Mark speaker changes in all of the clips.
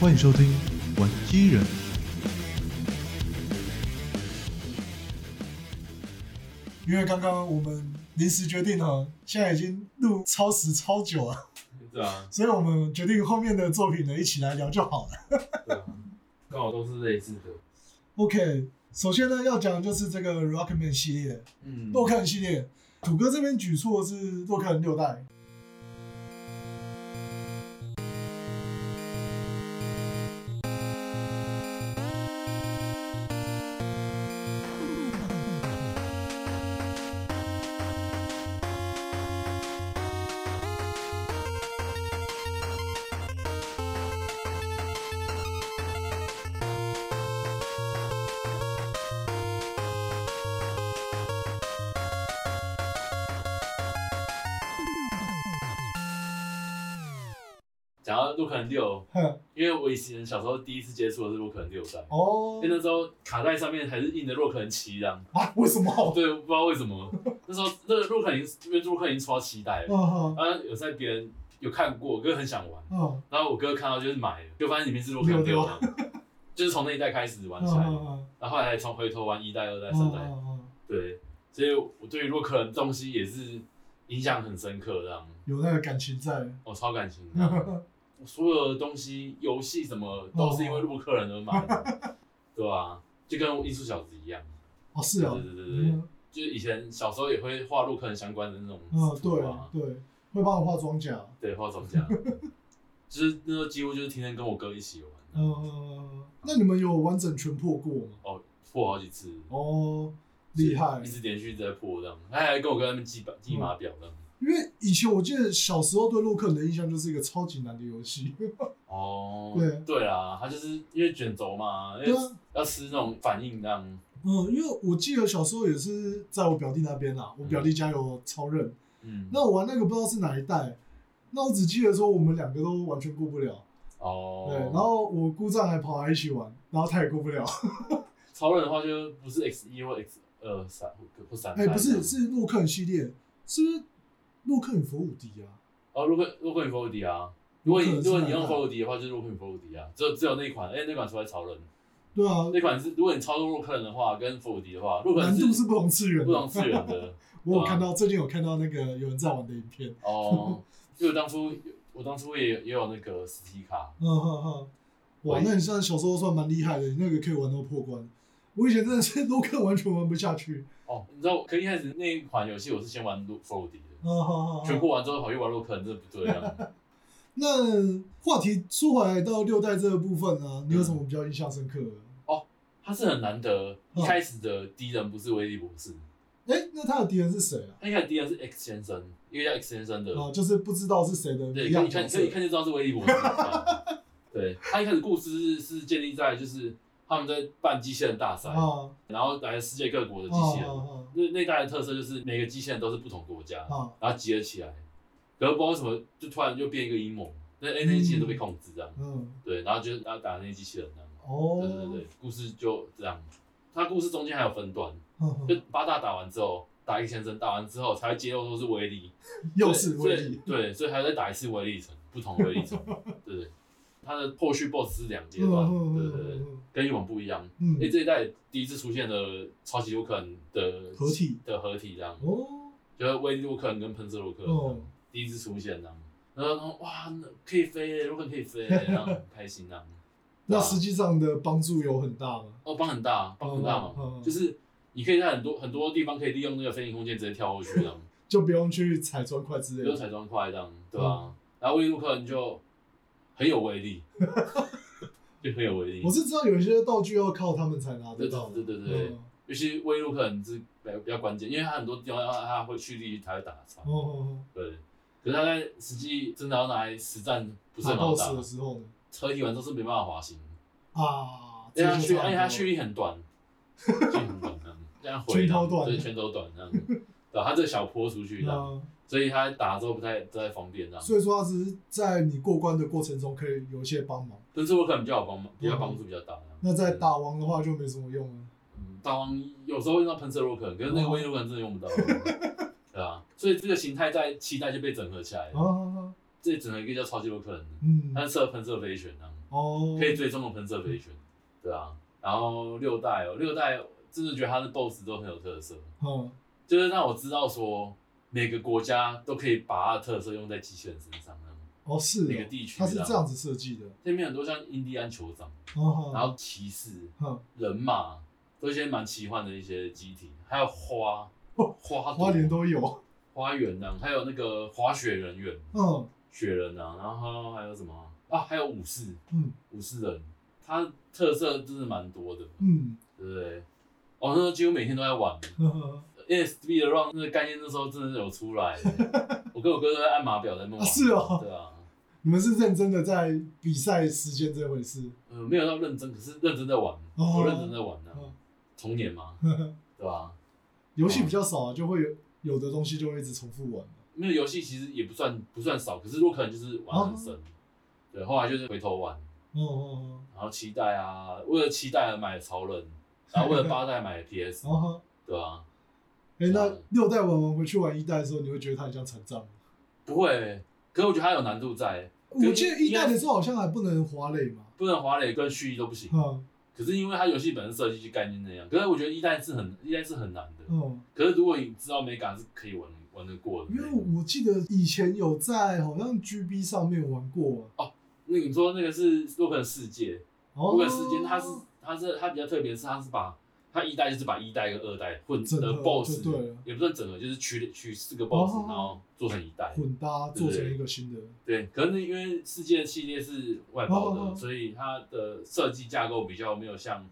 Speaker 1: 欢迎收听《玩机人》。
Speaker 2: 因为刚刚我们临时决定哈，现在已经录超时超久了，
Speaker 3: 对啊，
Speaker 2: 所以我们决定后面的作品呢一起来聊就好了。
Speaker 3: 对啊，刚好都是类似的。
Speaker 2: OK，首先呢要讲就是这个 Rockman 系列，
Speaker 3: 嗯
Speaker 2: 洛克人系列，土哥这边举出的是洛克人六代。
Speaker 3: 讲到洛克人六，
Speaker 2: 哼，
Speaker 3: 因为我以前小时候第一次接触的是洛克人六代，
Speaker 2: 哦
Speaker 3: 因为那时候卡带上面还是印的洛克人七张，
Speaker 2: 啊，为什么？
Speaker 3: 对，不知道为什么那时候那个洛克人已经因为洛克人已经出到七代了，
Speaker 2: 嗯
Speaker 3: 啊，有在别人有看过，我哥很想玩，
Speaker 2: 嗯
Speaker 3: 然后我哥看到就是买了，就发现里面是洛克人六张，就是从那一代开始玩
Speaker 2: 嗯
Speaker 3: 起来，
Speaker 2: 嗯
Speaker 3: 然后后来还从回头玩一代、二代、三代，
Speaker 2: 嗯，
Speaker 3: 对，所以我对于洛克人东西也是印象很深刻，啊这样，
Speaker 2: 有那个感情在。
Speaker 3: 我、哦超感情这样。所有的东西、游戏什么，都是因为洛克人而买的，对吧、就跟艺术小子一样，
Speaker 2: 哦，是
Speaker 3: 对
Speaker 2: 啊
Speaker 3: 对，对对对，
Speaker 2: 嗯
Speaker 3: 就是以前小时候也会画洛克人相关的那种
Speaker 2: 嗯，
Speaker 3: 图
Speaker 2: 对
Speaker 3: 啊，
Speaker 2: 对，会帮我化妆甲。
Speaker 3: 对，画手架，就是那时候几乎就是天天跟我哥一起玩，
Speaker 2: 嗯，那你们有完整全破过吗？
Speaker 3: 哦，破好几次，
Speaker 2: 哦，厉害
Speaker 3: 一！直连续在破这样，他还跟我哥他们记把记码表这样，
Speaker 2: 因为以前我记得小时候对洛克人的印象就是一个超级难的游戏。
Speaker 3: 哦，
Speaker 2: 对
Speaker 3: 对啊，他就是因为卷轴嘛，因
Speaker 2: 对
Speaker 3: 为
Speaker 2: 啊，
Speaker 3: 要吃那种反应这样，
Speaker 2: 嗯，因为我记得小时候也是在我表弟那边啊啦，我表弟家有超任，
Speaker 3: 嗯，
Speaker 2: 那我玩那个不知道是哪一代，那我只记得说我们两个都完全过不了，
Speaker 3: 哦，
Speaker 2: 对，然后我姑丈还跑来一起玩，然后他也过 不了，
Speaker 3: 超人的话就不是 X 一或 X 二三或三代
Speaker 2: 哎、
Speaker 3: 这样，
Speaker 2: 不是，是洛克人系列，是不是洛克人佛武迪啊？
Speaker 3: 哦，如果如果你 f o 迪啊，如果你
Speaker 2: 洛克人是
Speaker 3: 如果你
Speaker 2: 哪一
Speaker 3: 用
Speaker 2: 代
Speaker 3: f o 迪的话，就是如果你 f o 迪啊，只有只有那一款，哎、那款出来超人，
Speaker 2: 对啊，
Speaker 3: 那款是如果你操作洛克人的话，跟 f o 迪的话，洛克人
Speaker 2: 难度是不同啊次元的，
Speaker 3: 不同次元的
Speaker 2: 我有看到最近有看到那个有人在玩的影片，
Speaker 3: 哦。因为我当初我当初也也有那个实体卡，
Speaker 2: 嗯哼哼，哇，
Speaker 3: 喂
Speaker 2: 那你现在小时候算蛮厉害的，你那个可以玩到破关。我以前真的是洛克完全玩不下去，
Speaker 3: 哦，你知道，可一开始那一款游戏我是先玩 f o 迪的。
Speaker 2: 嗯哼哼
Speaker 3: 全
Speaker 2: 哼。
Speaker 3: 过完之后跑去玩洛克人，真的不对 啊！
Speaker 2: 那话题说回来到六代这个部分呢、你有什么比较印象深刻的？
Speaker 3: 他是很难得，
Speaker 2: 嗯
Speaker 3: 一开始的敌人不是威利博士，
Speaker 2: 哎、那他的敌人是谁啊？
Speaker 3: 他一开始敌人是 X 先生，一个叫 X 先生的
Speaker 2: 啊，就是不知道是谁的
Speaker 3: 对，
Speaker 2: 一
Speaker 3: 可以
Speaker 2: 样
Speaker 3: 看，
Speaker 2: 角
Speaker 3: 可
Speaker 2: 色
Speaker 3: 以。看就知道是威力博士。对他一开始故事是是建立在就是他们在办机器人大赛，
Speaker 2: 啊
Speaker 3: 然后来自世界各国
Speaker 2: 啊
Speaker 3: 的机器人。
Speaker 2: 啊
Speaker 3: 那那一代的特色就是每个机器人都是不同国家
Speaker 2: 啊，啊！
Speaker 3: 然后集合起来，可是不知道为什么就突然就变一个阴谋，那那些机器人都被控制这样。
Speaker 2: 嗯，
Speaker 3: 对，然后就要打那些机器人这样。
Speaker 2: 哦，
Speaker 3: 对对对，故事就这样。他故事中间还有分段，
Speaker 2: 哼
Speaker 3: 就
Speaker 2: 哼
Speaker 3: 八大打完之后，打一个先生，打完之后才会揭露说是威力。
Speaker 2: 又是
Speaker 3: 所以
Speaker 2: 威力，
Speaker 3: 所以对，所以还在打一次威力城，不同威力城，对对，它的后续 BOSS 是两阶
Speaker 2: 嗯
Speaker 3: 段，
Speaker 2: 嗯
Speaker 3: 对对对，
Speaker 2: 嗯
Speaker 3: 跟以往不一样。
Speaker 2: 嗯
Speaker 3: 因为这一代第一次出现了超级洛克人的
Speaker 2: 合体
Speaker 3: 的合体，这样，
Speaker 2: 哦，
Speaker 3: 就是威力洛克人跟喷射洛克人这样
Speaker 2: 哦
Speaker 3: 第一次出现这样，然后他们哇，那可以飞耶，洛克人可以飞耶，然后很开心这样。
Speaker 2: 那
Speaker 3: 啊
Speaker 2: 实际上的帮助有很大吗？
Speaker 3: 哦，帮很大，帮很大
Speaker 2: 嗯嗯
Speaker 3: 嘛
Speaker 2: 嗯，
Speaker 3: 就是你可以在很多很多地方可以利用那个飞行空间直接跳过去这样。
Speaker 2: 就不用去踩砖块之
Speaker 3: 有
Speaker 2: 类的。
Speaker 3: 彩妆快这样，对吧、
Speaker 2: 嗯
Speaker 3: 然后威利洛克人就很有威 力，就很有威力
Speaker 2: 我。是知道有一些道具要靠他们才拿得
Speaker 3: 对
Speaker 2: 到的。
Speaker 3: 对对对对
Speaker 2: 嗯
Speaker 3: 尤其威利洛克人是比较比较关键，因为他很多地方他他会蓄力，他会打场
Speaker 2: 哦，哦
Speaker 3: 对。可是他在实际真的要拿来实战，不
Speaker 2: 哦，
Speaker 3: 是
Speaker 2: 打
Speaker 3: 很好
Speaker 2: BOSS 的
Speaker 3: 打。
Speaker 2: 时候呢？
Speaker 3: 合体完之后是没办法滑行，
Speaker 2: 啊，
Speaker 3: 因为他
Speaker 2: 这就
Speaker 3: 蓄，
Speaker 2: 差很多
Speaker 3: 而且哎他蓄力 很短，蓄力很短这样，这样回
Speaker 2: 拳头短
Speaker 3: 对，拳头短这样， 对，啊他这个小坡出去这样，
Speaker 2: 啊，
Speaker 3: 所以他打之后不太不太方便这样。
Speaker 2: 所以说他只是在你过关的过程中可以有一些帮忙，
Speaker 3: 但是我可能比较有帮忙，比较帮助比较大这样。
Speaker 2: 嗯那在
Speaker 3: 对
Speaker 2: 打王的话就没什么用了。
Speaker 3: 嗯，大王有时候用到喷射洛克，可是那
Speaker 2: 哦
Speaker 3: 个威 洛克真的用不到，对啊，所以这个形态在期待就被整合起来
Speaker 2: 啊
Speaker 3: 了。
Speaker 2: 啊，啊
Speaker 3: 这整了一个叫超级洛克人的，
Speaker 2: 嗯，
Speaker 3: 它是射喷射飞拳这样，
Speaker 2: 哦，
Speaker 3: 啊可以追踪的喷射飞拳，对啊。然后六代哦，六代真的觉得它的 BOSS 都很有特色，
Speaker 2: 嗯，
Speaker 3: 就是让我知道说每个国家都可以把它的特色用在机器人身上啊那样。
Speaker 2: 哦是哦，
Speaker 3: 哪个地区
Speaker 2: 它是
Speaker 3: 这样
Speaker 2: 这样子设计的，
Speaker 3: 这边很多像印第安酋长，
Speaker 2: 哦，
Speaker 3: 然后骑士、
Speaker 2: 嗯，
Speaker 3: 人马，都一些蛮奇幻的一些机体，还有花、花朵
Speaker 2: 哦花莲都有，
Speaker 3: 花园呢、还有那个滑雪人员、
Speaker 2: 嗯
Speaker 3: 雪人啊，然后还有什么啊？还有武士，
Speaker 2: 嗯
Speaker 3: 武士人，它特色真的蛮多的，
Speaker 2: 嗯，
Speaker 3: 对不对？哦，那时候几乎每天都在玩
Speaker 2: 呵呵
Speaker 3: ，ASB 的 run 那个概念那时候真的是有出来， 我跟我哥都在按码表在那边
Speaker 2: 啊
Speaker 3: 玩，
Speaker 2: 是哦
Speaker 3: 对啊，
Speaker 2: 你们是认真的在比赛时间这回事，
Speaker 3: 呃，没有到认真，可是认真在玩，啊
Speaker 2: 哦
Speaker 3: 我认真在玩呢、
Speaker 2: 嗯
Speaker 3: 童年 嘛，
Speaker 2: 呵呵
Speaker 3: 对啊吧、
Speaker 2: 游戏比较少啊，就会有有的东西就会一直重复玩，
Speaker 3: 没有游戏其实也不算不算少，可是洛克人就是玩很深，对，后来就是回头玩，
Speaker 2: 哦
Speaker 3: 嗯
Speaker 2: 哦
Speaker 3: 然后期待啊，为了期待而买了超人，然后为了八代买了 PS，
Speaker 2: 哦，哦呵，
Speaker 3: 对啊，
Speaker 2: 哎，那六代玩完回去玩一代的时候，你会觉得它很像残障吗。
Speaker 3: 不会，可是我觉得它有难度在，
Speaker 2: 我记得一代的时候好像还不能滑垒嘛，
Speaker 3: 不然滑垒跟蓄意都不 行。
Speaker 2: 嗯
Speaker 3: 可是因为它游戏本身设计就概念那样，可是我觉得一代是很一代是很难的，
Speaker 2: 嗯，
Speaker 3: 可是如果你知道美感是可以玩玩得过的
Speaker 2: 因。为我记得以前有在好像 GB 上面玩过、
Speaker 3: 哦
Speaker 2: 啊，
Speaker 3: 那你说那个是洛克人世界，
Speaker 2: 哦
Speaker 3: 洛克人世界它是它是它比较特别，是它是把它一代就是把一代跟二代混
Speaker 2: 整合
Speaker 3: 的
Speaker 2: 就
Speaker 3: BOSS，
Speaker 2: 对了
Speaker 3: 也不算整合，就是取取四个 BOSS，、
Speaker 2: 哦
Speaker 3: 然后做成一代。
Speaker 2: 混搭做成一个新的，
Speaker 3: 对，可能因为世界系列是外包的，
Speaker 2: 哦哦哦
Speaker 3: 所以它的设计架构比较没有像，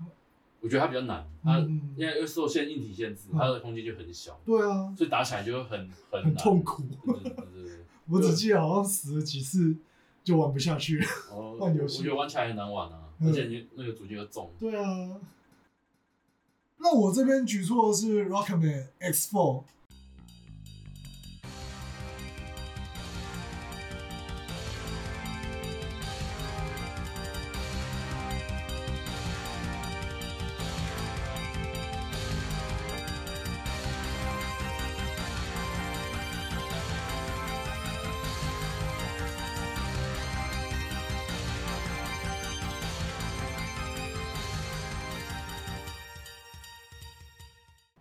Speaker 3: 我觉得它比较难，它
Speaker 2: 嗯
Speaker 3: 因为又受限硬体限制，
Speaker 2: 嗯
Speaker 3: 它的空间就很小，
Speaker 2: 对啊，
Speaker 3: 所以打起来就会很很
Speaker 2: 很
Speaker 3: 难
Speaker 2: 痛。苦。
Speaker 3: 对对对对对，
Speaker 2: 我只记得好像死了几次就玩不下去。
Speaker 3: 哦，我
Speaker 2: 换游戏
Speaker 3: 觉得玩起来很难玩啊，
Speaker 2: 嗯
Speaker 3: 而且你那个主角又重，
Speaker 2: 对啊，那我这边举措的是 Rockman X4，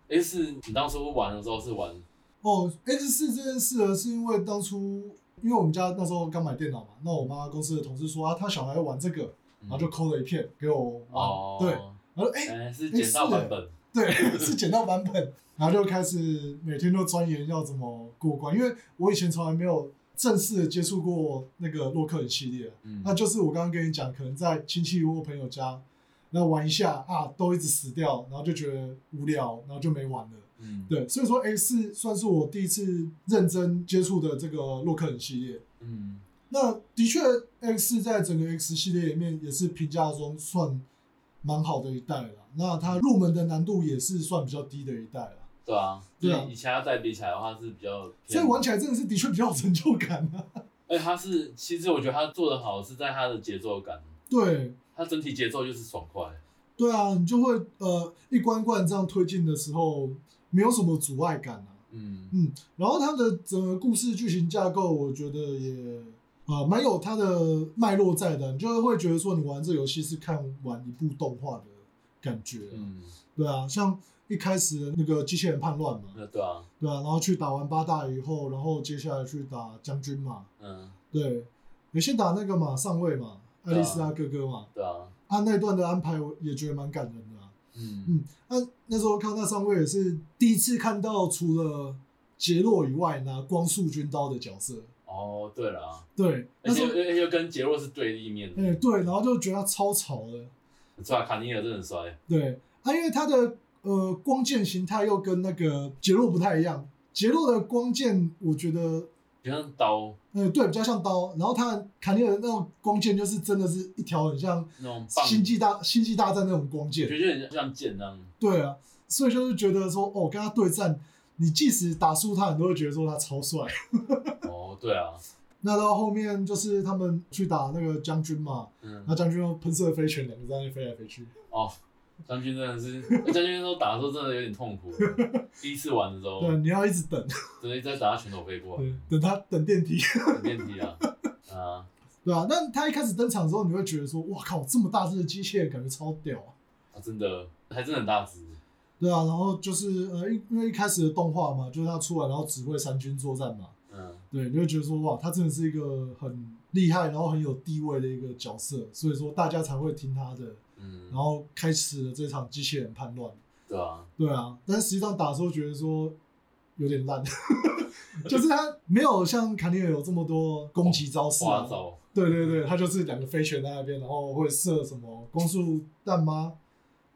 Speaker 3: 哎，是你当初玩的时候是玩，
Speaker 2: 哦，X 四这件事呢，是因为当初因为我们家那时候刚买电脑嘛，那我妈公司的同事说啊，他小孩玩这个，
Speaker 3: 嗯
Speaker 2: 然啊后就抠了一片给我玩，
Speaker 3: 哦，
Speaker 2: 对，然后哎、
Speaker 3: 哎，是剪到版本，
Speaker 2: 对， 是捡到版本，然后就开始每天都钻研要怎么过关，因为我以前从来没有正式的接触过那个洛克人系列，啊
Speaker 3: 嗯，
Speaker 2: 那就是我刚刚跟你讲，可能在亲戚或朋友家，那玩一下啊，都一直死掉，然后就觉得无聊，然后就没玩了。
Speaker 3: 嗯，
Speaker 2: 对，所以说 X 算是我第一次认真接触的这个洛克人系列。
Speaker 3: 嗯，
Speaker 2: 那的确，X 在整个 X 系列里面也是评价中算蛮好的一代了。那它入门的难度也是算比较低的一代了，
Speaker 3: 对啊，
Speaker 2: 对啊
Speaker 3: 就是以前它再比起来的话是比较偏，
Speaker 2: 所以玩起来真的是的确比较有成就感啊。
Speaker 3: 哎，它是其实我觉得它做的好是在它的节奏感，
Speaker 2: 对，
Speaker 3: 它整体节奏就是爽快，
Speaker 2: 对啊，你就会呃一关一关这样推进的时候，没有什么阻碍感啊。
Speaker 3: 嗯
Speaker 2: 然后它的整个故事剧情架构，我觉得也呃蛮有它的脉络在的，你就会觉得说你玩这游戏是看完一部动画的感觉。
Speaker 3: 嗯，
Speaker 2: 对啊，像一开始的那个机器人叛乱嘛，
Speaker 3: 那对啊，
Speaker 2: 对啊，然后去打完八大以后，然后接下来去打将军嘛，
Speaker 3: 嗯，
Speaker 2: 对，你先打那个嘛上尉嘛，爱丽丝她哥哥嘛，
Speaker 3: 对啊，
Speaker 2: 啊那一段的安排我也觉得蛮感人的啊。
Speaker 3: 嗯
Speaker 2: 嗯那那时候看那上尉也是第一次看到除了杰洛以外拿光束军刀的角色，
Speaker 3: 哦，对了啊，
Speaker 2: 对，
Speaker 3: 而
Speaker 2: 那
Speaker 3: 且
Speaker 2: 时候
Speaker 3: 而且又跟杰洛是对立面的，
Speaker 2: 哎、对，然后就觉得他超潮的，
Speaker 3: 很帅，卡尼尔真的很帅，
Speaker 2: 对，啊，因为它的呃光剑形态又跟那个杰洛不太一样，杰洛的光剑我觉得，
Speaker 3: 就像刀
Speaker 2: 呃，对，比较像刀，然后它坎尼尔的那种光剑就是真的是一条很像
Speaker 3: 那种棒，
Speaker 2: 星际大星际大战那种光
Speaker 3: 我觉
Speaker 2: 剑，
Speaker 3: 得就很像剑那样，
Speaker 2: 对啊，所以就是觉得说，哦，跟他对战，你即使打输他，你都会觉得说他超帅。
Speaker 3: 哦，对啊，
Speaker 2: 那到后面就是他们去打那个将军嘛，
Speaker 3: 嗯
Speaker 2: 那，将军用喷射飞拳，两个在那边飞来飞去，
Speaker 3: 哦，将军真的是，将军那时候打的时候真的有点痛苦，第一次玩的时候，
Speaker 2: 啊对，你要一直等，
Speaker 3: 直接在打他拳头飞过来，
Speaker 2: 对，等他等电梯。
Speaker 3: 很电梯啊，
Speaker 2: 对啊，但他一开始登场的时候，你会觉得说，哇靠，这么大只的机器人感觉超屌啊，
Speaker 3: 啊，真的还真的很大只，
Speaker 2: 对啊，然后就是呃，因因为一开始的动画嘛，就是他出来然后指挥三军作战嘛，
Speaker 3: 嗯，
Speaker 2: 对，你会觉得说，哇，他真的是一个很厉害，然后很有地位的一个角色，所以说大家才会听他的，
Speaker 3: 嗯
Speaker 2: 然，后开始了这场机器人叛乱。
Speaker 3: 对啊，
Speaker 2: 对啊，但实际上打的时候觉得说有点 烂， 就是他没有像卡尼尔有这么多攻击招式
Speaker 3: 花
Speaker 2: 啊。
Speaker 3: 招，
Speaker 2: 对对对，他就是两个飞拳在那边，然后会射什么光速弹吗？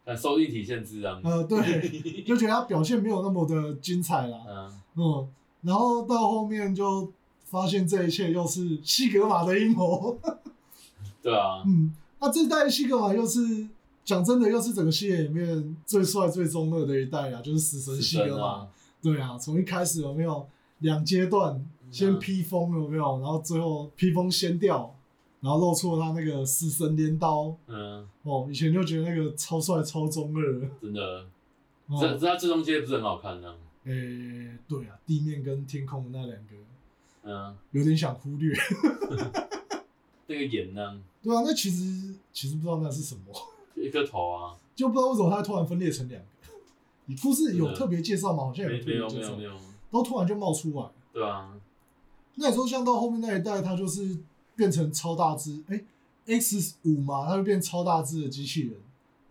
Speaker 3: 但受硬体限制啊，
Speaker 2: 呃， 对，就觉得他表现没有那么的精彩啦。
Speaker 3: 嗯，
Speaker 2: 嗯，然后到后面就发现这一切又是西格玛的阴谋。
Speaker 3: 对啊，
Speaker 2: 嗯，那这代西格玛又是讲真的，又是整个系列里面最帅最中二的一代啊，就是死神
Speaker 3: 是
Speaker 2: 西格
Speaker 3: 真
Speaker 2: 玛。
Speaker 3: 啊，
Speaker 2: 对啊，从一开始有没有两阶段，先披风有没有，然后最后披风掀掉，然后露出了他那个死神镰刀
Speaker 3: 嗯，
Speaker 2: 哦，以前就觉得那个超帅超中二的
Speaker 3: 真的，这
Speaker 2: 哦，
Speaker 3: 这它最终阶不是很好看呢、啊
Speaker 2: 诶、对啊，地面跟天空那两个
Speaker 3: 嗯，
Speaker 2: 有点想忽略，
Speaker 3: 那个眼呢，
Speaker 2: 对啊，那其实其实不知道那是什么，
Speaker 3: 就一个头啊，
Speaker 2: 就不知道为什么它突然分裂成两个。你故事有特别介绍吗？好像
Speaker 3: 没
Speaker 2: 有特
Speaker 3: 没
Speaker 2: 别
Speaker 3: 有
Speaker 2: 介
Speaker 3: 没
Speaker 2: 绍
Speaker 3: 有没，有，
Speaker 2: 都突然就冒出来。
Speaker 3: 对啊，
Speaker 2: 那你说像到后面那一代，它就是变成超大只，哎、x 五嘛，它就变超大只的机器人，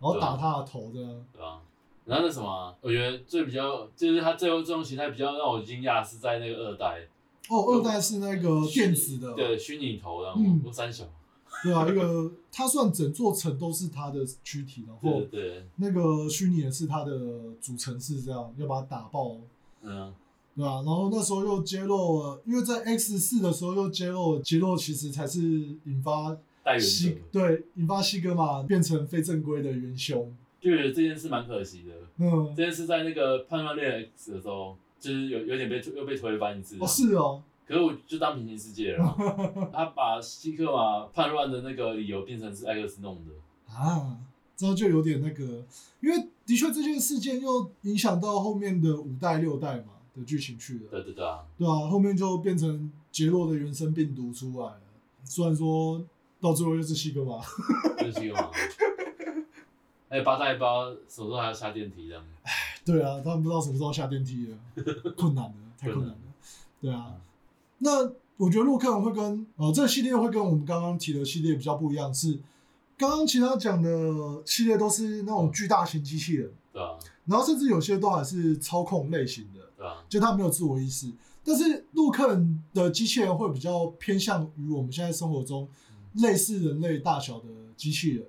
Speaker 2: 然后打它的头这样。
Speaker 3: 对啊。然后那什么啊、我觉得最比较就是他最后这种形态比较让我惊讶是在那个二代
Speaker 2: 哦，二代是那个电子的，
Speaker 3: 对虚拟头的，
Speaker 2: 嗯
Speaker 3: 我三小，
Speaker 2: 对啊，一个它算整座城都是它的躯体，然
Speaker 3: 对对
Speaker 2: 后
Speaker 3: 对，
Speaker 2: 那个虚拟的是它的主城市，这样要把它打爆，
Speaker 3: 嗯
Speaker 2: 对啊，然后那时候又揭露了，因为在 X 四的时候又揭露了，揭露其实才是引发
Speaker 3: 代原者
Speaker 2: 西，对引发西格玛变成非正规的元凶，
Speaker 3: 就觉得这件事蛮可惜的。
Speaker 2: 嗯
Speaker 3: 这，件事在那个判断恋 X 的时候，就是有有点被推又被推翻一次。
Speaker 2: 哦是哦，
Speaker 3: 可是我就当平行世界了嘛。 他把希克玛叛乱的那个理由变成是艾克斯弄的，
Speaker 2: 啊，这样就有点那个，因为的确这件事件又影响到后面的五代六代嘛的剧情去了，
Speaker 3: 对对对啊，
Speaker 2: 对啊，后面就变成杰洛的原生病毒出来了，虽然说到最后又是西格玛，
Speaker 3: 就是希克玛。哎，八代包什么时候还要下电梯这样？
Speaker 2: 对啊，他们不知道什么时候下电梯 了，困难了，太困难了，对啊
Speaker 3: 嗯，
Speaker 2: 那我觉得洛克人会跟呃这个系列会跟我们刚刚提的系列比较不一样是。刚刚其他讲的系列都是那种巨大型机器人，
Speaker 3: 对啊，
Speaker 2: 然后甚至有些都还是操控类型的，
Speaker 3: 对啊，
Speaker 2: 就他没有自我意识。但是陆克人的机器人会比较偏向于我们现在生活中
Speaker 3: 嗯
Speaker 2: 类似人类大小的机器人。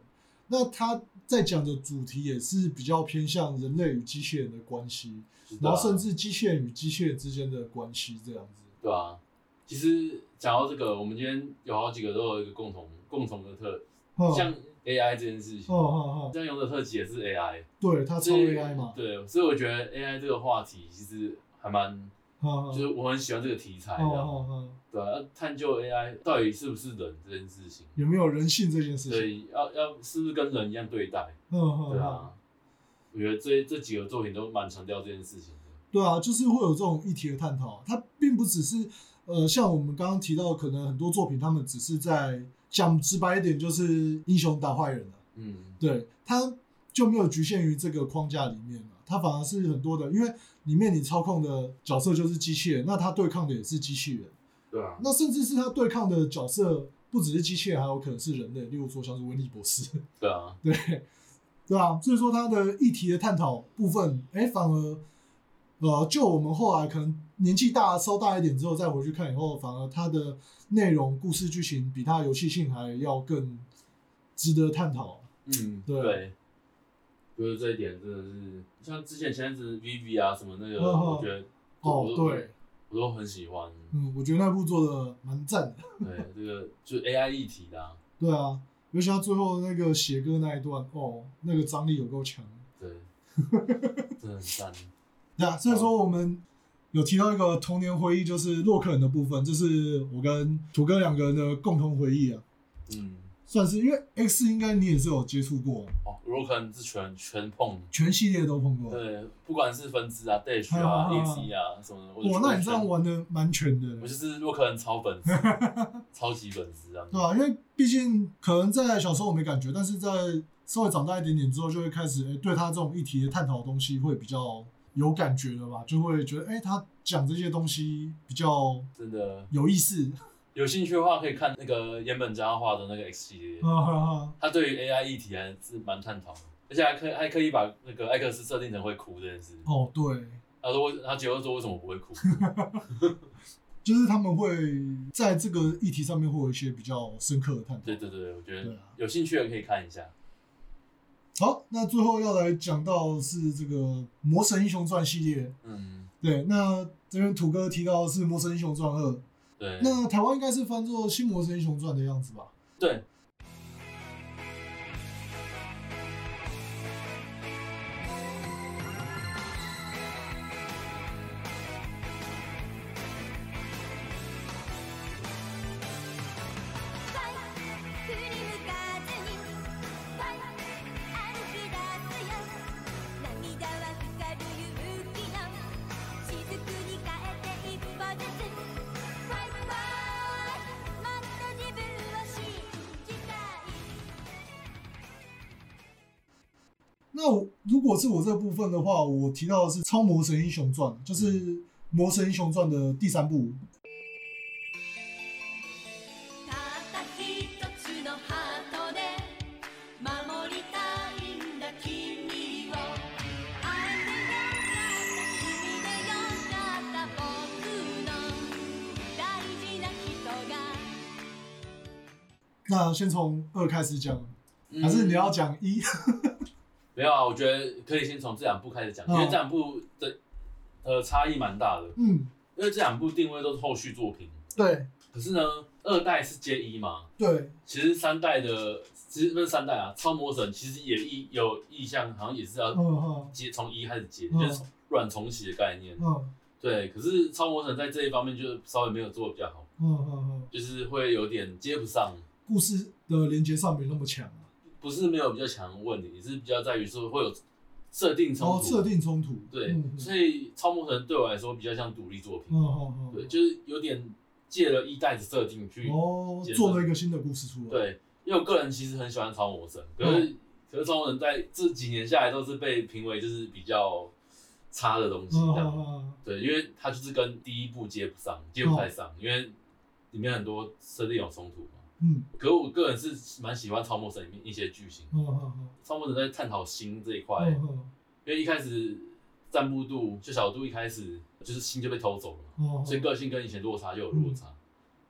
Speaker 2: 那他在讲的主题也是比较偏向人类与机器人的关系，
Speaker 3: 是的啊
Speaker 2: 然后甚至机器人与机器人之间的关系这样子。
Speaker 3: 对啊。其实讲到这个，我们今天有好几个都有一个共同共同的特，
Speaker 2: 嗯
Speaker 3: 像 AI 这件事情，
Speaker 2: 哦哦哦，
Speaker 3: 像勇者特辑也是 AI，
Speaker 2: 对他超
Speaker 3: 所以
Speaker 2: AI 嘛，
Speaker 3: 对，所以我觉得 AI 这个话题其实还蛮，
Speaker 2: 嗯
Speaker 3: 就是我很喜欢这个题材，
Speaker 2: 嗯
Speaker 3: 这样
Speaker 2: 嗯嗯，
Speaker 3: 对啊，要探究 AI 到底是不是人这件事情，
Speaker 2: 有没有人性这件事
Speaker 3: 所
Speaker 2: 情？
Speaker 3: 以要要是不是跟人一样对待，
Speaker 2: 嗯嗯，
Speaker 3: 对
Speaker 2: 嗯
Speaker 3: 啊，我觉得这这几个作品都蛮强调这件事情的，
Speaker 2: 对啊，就是会有这种议题的探讨。啊它并不只是呃，像我们刚刚提到，可能很多作品他们只是在讲直白一点，就是英雄打坏人了、
Speaker 3: 嗯，
Speaker 2: 对，它就没有局限于这个框架里面了，它反而是很多的，因为里面你操控的角色就是机器人，那它对抗的也是机器人，
Speaker 3: 对啊，
Speaker 2: 那甚至是它对抗的角色不只是机器人，还有可能是人类，例如说像是威利博士。
Speaker 3: 对啊，
Speaker 2: 对，对啊，所以说它的议题的探讨部分，哎、反而，呃，就我们后来可能年纪大稍大一点之后再回去看以后，反而它的内容、故事剧情比它游戏性还要更值得探讨。
Speaker 3: 嗯，
Speaker 2: 对
Speaker 3: 对，就是这一点真的是，像之前前阵子 Vivi 啊什么那个，
Speaker 2: 嗯
Speaker 3: 我觉得
Speaker 2: 哦，对，，
Speaker 3: 我都我都很喜欢，
Speaker 2: 嗯，我觉得那部做的蛮赞的。
Speaker 3: 对，这个就是 AI 议题的啊，
Speaker 2: 对啊，尤其他最后那个写歌那一段，哦，那个张力有够强。
Speaker 3: 对，真的很赞，
Speaker 2: 对啊，所以说我们有提到一个童年回忆，就是洛克人的部分，这是我跟土哥两个人的共同回忆啊。
Speaker 3: 嗯，
Speaker 2: 算是因为 X 应该你也是有接触过，
Speaker 3: 哦，我可能是全全碰，
Speaker 2: 全系列都碰过。
Speaker 3: 对，不管是分支啊、dash
Speaker 2: 啊
Speaker 3: 啊、e c 啊什么的，我就
Speaker 2: 哇，那你这样
Speaker 3: 全
Speaker 2: 玩的蛮全的，
Speaker 3: 我就是洛克人超粉 丝，超级粉丝啊！
Speaker 2: 对吧、因为毕竟可能在小时候我没感觉，但是在稍微长大一点点之后，就会开始、诶对他这种议题的探讨的东西会比较有感觉了吧，就会觉得哎、诶他讲这些东西比较
Speaker 3: 真的
Speaker 2: 有意思。
Speaker 3: 有兴趣的话，可以看那个岩本佳画的那个 X 系列，
Speaker 2: 哈哈哈，
Speaker 3: 他对于 AI 议题还是蛮探讨的，而且还可以还可以把那个艾克斯设定成会哭这件事。
Speaker 2: 哦，对，
Speaker 3: 他说为他结婚说为什么不 会哭？
Speaker 2: 就是他们会在这个议题上面会有一些比较深刻的探讨。
Speaker 3: 对对对，我觉
Speaker 2: 对
Speaker 3: 得
Speaker 2: 啊
Speaker 3: 有兴趣的可以看一下。
Speaker 2: 好，那最后要来讲到是这个《魔神英雄传》系列。
Speaker 3: 嗯，
Speaker 2: 对，那这边土哥提到的是《魔神英雄传二》，
Speaker 3: 对，
Speaker 2: 那台湾应该是翻作《新魔神英雄传》的样子吧？
Speaker 3: 对，
Speaker 4: 「ファイト振り向かずにファイト歩き出すよ」「涙は光る勇気の雫に変えて一歩ずつ」「ファイトファイトもっと自分を信じたい」
Speaker 2: 那我如果是我这部分的话，我提到的是《超魔神英雄传》，就是
Speaker 3: 嗯
Speaker 2: 《魔神英雄传》的第三部。
Speaker 4: たったひとつのハートで守りたいんだ君をあんでよかった君でよかった僕の大事な人が
Speaker 2: 那先从二开始讲，
Speaker 3: 嗯
Speaker 2: 还是你要讲一？
Speaker 3: 没有啊？我觉得可以先从这两部开始讲，
Speaker 2: 哦
Speaker 3: 因为这两部的呃差异蛮大的，
Speaker 2: 嗯，
Speaker 3: 因为这两部定位都是后续作品。
Speaker 2: 对
Speaker 3: 可是呢，二代是接一嘛，
Speaker 2: 对，
Speaker 3: 其实三代的，其实不是三代啊，超魔神其实也意有意向，好像也是要
Speaker 2: 嗯哼
Speaker 3: 接从一开始接，
Speaker 2: 嗯
Speaker 3: 就是从软重启的概念。
Speaker 2: 嗯
Speaker 3: 对，可是超魔神在这一方面就稍微没有做的比较好，
Speaker 2: 嗯嗯嗯，
Speaker 3: 就是会有点接不上，
Speaker 2: 故事的连接上没那么强啊，
Speaker 3: 不是没有比较强的问题，是比较在于说会有设定
Speaker 2: 然后
Speaker 3: 冲突。
Speaker 2: 哦设定冲突。
Speaker 3: 对，
Speaker 2: 嗯嗯
Speaker 3: 所以超魔神对我来说比较像独立作品，
Speaker 2: 嗯嗯
Speaker 3: 对，
Speaker 2: 嗯，
Speaker 3: 就是有点借了一代的设定去
Speaker 2: 哦，做了一个新的故事出来。，
Speaker 3: 对，因为我个人其实很喜欢超魔神，可是、
Speaker 2: 嗯
Speaker 3: 可是超魔神在这几年下来都是被评为就是比较差的东西
Speaker 2: 嗯
Speaker 3: 这
Speaker 2: 嗯
Speaker 3: 样。
Speaker 2: 嗯
Speaker 3: 对，因为它就是跟第一部接不上，接不太上，因为里面很多设定有冲突嘛。
Speaker 2: 嗯
Speaker 3: 可是我个人是蛮喜欢超魔神里面一些剧情，
Speaker 2: 嗯嗯
Speaker 3: 超魔神在探讨心这一块，
Speaker 2: 嗯嗯
Speaker 3: 因为一开始占部度就小度一开始就是心就被偷走了嘛，
Speaker 2: 嗯，
Speaker 3: 所以个性跟以前落差就有落差。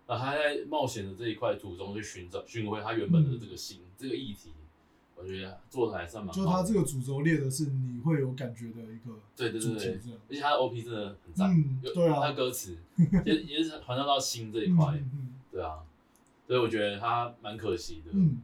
Speaker 3: 那他在冒险的这一块途中去寻找、寻回他原本的这个心、这个议题，我觉得做的还算蛮
Speaker 2: 就
Speaker 3: 好
Speaker 2: 它
Speaker 3: 的。
Speaker 2: 这个主轴列的是你会有感觉的一个
Speaker 3: 对对
Speaker 2: 主
Speaker 3: 对
Speaker 2: 题，
Speaker 3: 对，
Speaker 2: 这样。
Speaker 3: 而且他的 OP 真的很赞，
Speaker 2: 嗯，
Speaker 3: 有
Speaker 2: 对啊，
Speaker 3: 他的 歌词也也是传达到心这一块，
Speaker 2: 嗯嗯
Speaker 3: 对啊，所以我觉得他蛮可惜的。
Speaker 2: 嗯，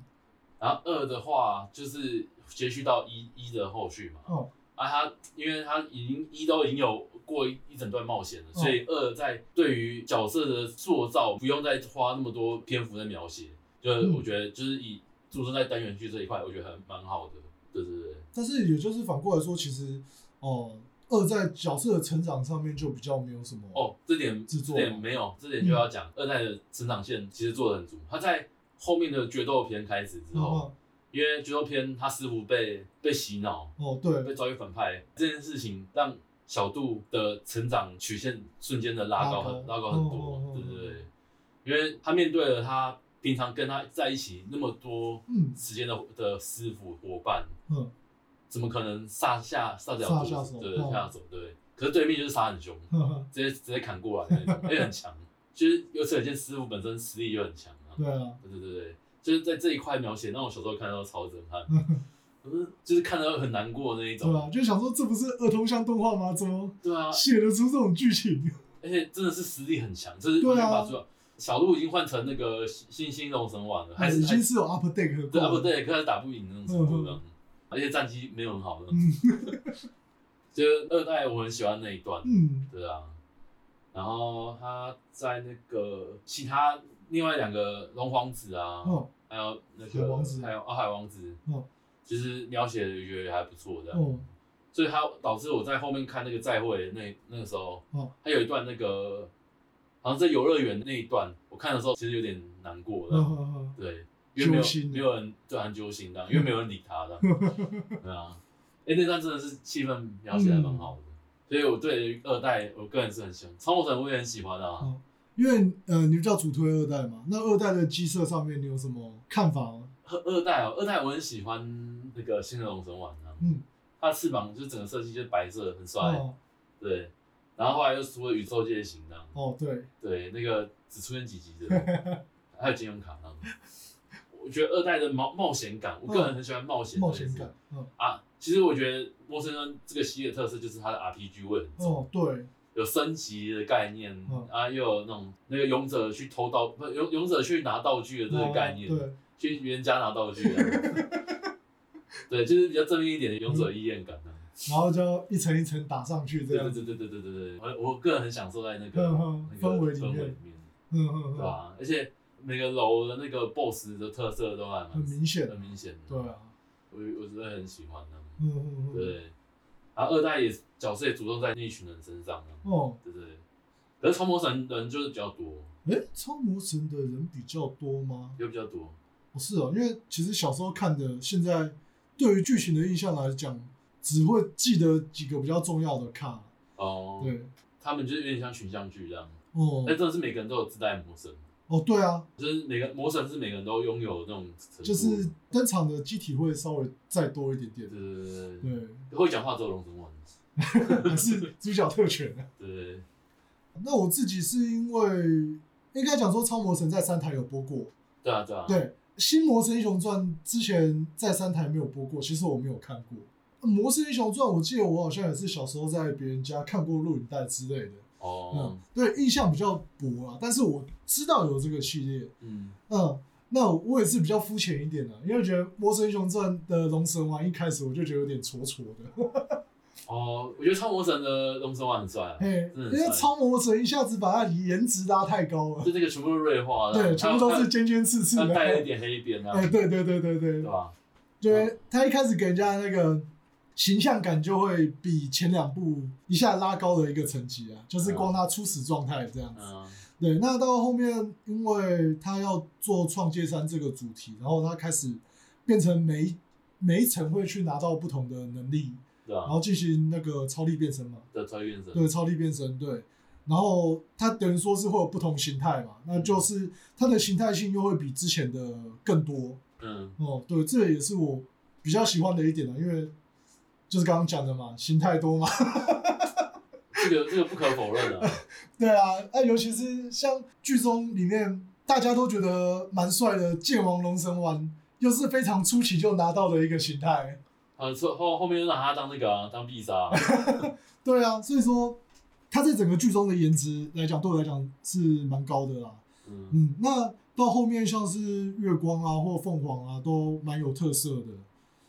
Speaker 3: 然后二的话就是接续到一一的后续嘛，
Speaker 2: 哦，
Speaker 3: 啊，他因为他已经一都已经有过一一整段冒险了，
Speaker 2: 哦
Speaker 3: 所以二在对于角色的塑造不用再花那么多篇幅在描写，就是
Speaker 2: 嗯
Speaker 3: 我觉得就是以注重在单元剧这一块，我觉得还蛮好的。对对对，
Speaker 2: 但是也就是反过来说，其实哦，二在角色的成长上面就比较没有什么，
Speaker 3: 哦，这点
Speaker 2: 制
Speaker 3: 这
Speaker 2: 作嗯
Speaker 3: 点没有，这点就要讲、二代的成长线其实做的很足，他在后面的决斗篇开始之
Speaker 2: 然
Speaker 3: 后，
Speaker 2: 后
Speaker 3: 因为决斗篇他师傅被被洗脑，
Speaker 2: 哦，对，
Speaker 3: 被遭遇反派这件事情，让小度的成长曲线瞬间的拉高很
Speaker 2: 拉高
Speaker 3: 拉高很
Speaker 2: 哦哦哦
Speaker 3: 多，对对对，因为他面对了他平常跟他在一起那么多
Speaker 2: 嗯
Speaker 3: 时间的的师傅伙伴，
Speaker 2: 嗯，
Speaker 3: 怎么可能撒下撒掉
Speaker 2: 撒下手
Speaker 3: 肚子？
Speaker 2: 哦
Speaker 3: 对，
Speaker 2: 嗯
Speaker 3: 撒下手对，可是对面就是杀很凶，
Speaker 2: 呵呵，
Speaker 3: 直接直接砍过来那种，而且很强，就是由此可见师傅本身实力就很强啊，
Speaker 2: 对啊，
Speaker 3: 对对对对，就是在这一块描写，让我小时候看到超震撼。
Speaker 2: 呵呵
Speaker 3: 我是就是看到很难过的那一种
Speaker 2: 对，啊，就想说这不是儿童向动画吗？怎么
Speaker 3: 对啊，
Speaker 2: 写得出这种剧情？
Speaker 3: 而且真的是实力很强，就是
Speaker 2: 对啊
Speaker 3: 没办法说小鹿已经换成那个新新龙神丸了，还是
Speaker 2: 已经是有 update 和
Speaker 3: 对啊
Speaker 2: 过
Speaker 3: 不
Speaker 2: 了，
Speaker 3: 对，可是打不赢那种程度这样，而且战绩没有很好的
Speaker 2: 嗯。
Speaker 3: 就是二代我很喜欢那一段，
Speaker 2: 嗯
Speaker 3: 对啊。然后他在那个其他另外两个龙皇子啊，
Speaker 2: 哦
Speaker 3: 还还有那个
Speaker 2: 海王子
Speaker 3: 还有啊海王子，
Speaker 2: 嗯
Speaker 3: 其实描写的觉得还不错这样，
Speaker 2: 嗯
Speaker 3: 所以他导致我在后面看那个再会的那那个时候，
Speaker 2: 哦
Speaker 3: 他有一段那个好像在游乐园那一段，我看的时候其实有点难过
Speaker 2: 嗯
Speaker 3: 的，
Speaker 2: 嗯
Speaker 3: 对，因为没
Speaker 2: 揪
Speaker 3: 有
Speaker 2: 心
Speaker 3: 没有人对很揪心的，因为没有人理他的， 对啊，哎、那段真的是气氛描写的蛮好的。
Speaker 2: 嗯
Speaker 3: 所以我对二代，我个人是很喜欢，超模神我也很喜欢的、啊。
Speaker 2: 嗯因为呃，你们叫主推二代嘛，那二代的机设上面你有什么看法吗？
Speaker 3: 二二代哦，二代我很喜欢那个新的龙神丸啊，
Speaker 2: 嗯，
Speaker 3: 它的翅膀就是整个设计就是白色，很帅，
Speaker 2: 哦
Speaker 3: 对。然后后来又出了宇宙界的行囊，
Speaker 2: 哦，对，
Speaker 3: 对，那个只出现几集的， 还有金融卡那种。我觉得二代的冒冒险感，我个人很喜欢冒险、
Speaker 2: 嗯冒险感，嗯，
Speaker 3: 啊。其实我觉得《陌生人》这个系列的特色就是它的 RPG 味很重，
Speaker 2: 哦，对，
Speaker 3: 有升级的概念、
Speaker 2: 嗯
Speaker 3: 啊，又有那种那个勇者去偷道，不勇勇者去拿道具的这个概念，
Speaker 2: 哦对，
Speaker 3: 去别人家拿道具、啊。 对，就是比较正面一点的勇者意愿感呢、啊。
Speaker 2: 然后就一层一层打上去这
Speaker 3: 对
Speaker 2: 样
Speaker 3: 对
Speaker 2: 子，
Speaker 3: 对对对对对对，我我个人很享受在那个、
Speaker 2: 嗯嗯
Speaker 3: 那个
Speaker 2: 氛围里
Speaker 3: 氛围
Speaker 2: 面
Speaker 3: 里面，
Speaker 2: 嗯嗯
Speaker 3: 对
Speaker 2: 嗯，
Speaker 3: 吧、而且每个楼的那个 BOSS 的特色都还蛮
Speaker 2: 很明显
Speaker 3: 很明显的。
Speaker 2: 对啊，
Speaker 3: 我我真的很喜欢他们。
Speaker 2: 嗯嗯嗯，
Speaker 3: 对，然后二代也角色也主动在那一群人身上啊，
Speaker 2: 哦，
Speaker 3: 对不对？可是超魔神人就是比较多，
Speaker 2: 诶，超魔神的人比较多吗？
Speaker 3: 也比较多。
Speaker 2: 不是哦，因为其实小时候看的，现在对于剧情的印象来讲，只会记得几个比较重要的卡，
Speaker 3: 哦，
Speaker 2: 对，
Speaker 3: 他们就是有点像群像剧这样，
Speaker 2: 哦
Speaker 3: 但真的是每个人都有自带魔神，
Speaker 2: 哦，对啊，
Speaker 3: 就是每个魔神是每个人都拥有那种程度，
Speaker 2: 就是登场的机体会稍微再多一点
Speaker 3: 对
Speaker 2: 点，
Speaker 3: 对对对
Speaker 2: 对，
Speaker 3: 对，会讲话只有龙神丸，
Speaker 2: 还是主角特权啊。
Speaker 3: 对对对，
Speaker 2: 那我自己是因为应该讲说超魔神在三台有播过，
Speaker 3: 对啊对啊，
Speaker 2: 对，《新魔神英雄传》之前在三台没有播过，其实我没有看过。《魔神英雄传》，我记得我好像也是小时候在别人家看过录影带之类的，
Speaker 3: 哦
Speaker 2: 嗯，，对，印象比较薄啊，但是我知道有这个系列，
Speaker 3: 嗯，
Speaker 2: 嗯，那我也是比较肤浅一点的、因为觉得《魔神英雄传》的龙神丸一开始我就觉得有点挫挫的，
Speaker 3: 哦，我觉得超魔神的龙神丸很帅啊，
Speaker 2: 嘿，因
Speaker 3: 真的很
Speaker 2: 为
Speaker 3: 帅，
Speaker 2: 超魔神一下子把他颜值拉太高 了，
Speaker 3: 就这个全部都锐化的，
Speaker 2: 对，全部都是尖尖刺刺
Speaker 3: 他
Speaker 2: 的，
Speaker 3: 带了一
Speaker 2: 哎，
Speaker 3: 点黑边啊，
Speaker 2: 对对对对对
Speaker 3: 对，嗯吧？
Speaker 2: 对，他一开始给人家的那个形象感就会比前两部一下拉高了一个层级啊，就是光他初始状态这样子。
Speaker 3: 嗯，
Speaker 2: 对，啊那到后面，因为他要做创界山这个主题，然后他开始变成每一每一层会去拿到不同的能力，
Speaker 3: 对啊
Speaker 2: 然，后进行那个超力变身嘛。
Speaker 3: 的超越者，
Speaker 2: 对，超力变身，对。然后它等于说是会有不同形态嘛，那就是它的形态性又会比之前的更多，
Speaker 3: 嗯，
Speaker 2: 哦，对，这也是我比较喜欢的一点啊，因为就是刚刚讲的嘛，形态多嘛。
Speaker 3: 这个这个不可否认啊，
Speaker 2: 对啊，那、尤其是像剧中里面大家都觉得蛮帅的剑王龙神丸，又是非常初期就拿到的一个形态。
Speaker 3: 啊，后后后面就拿他当那个啊，当必杀啊，
Speaker 2: 对啊，所以说他在整个剧中的颜值来讲，对我来讲是蛮高的啦。
Speaker 3: 嗯，
Speaker 2: 嗯，那到后面像是月光啊或凤凰啊，都蛮有特色的。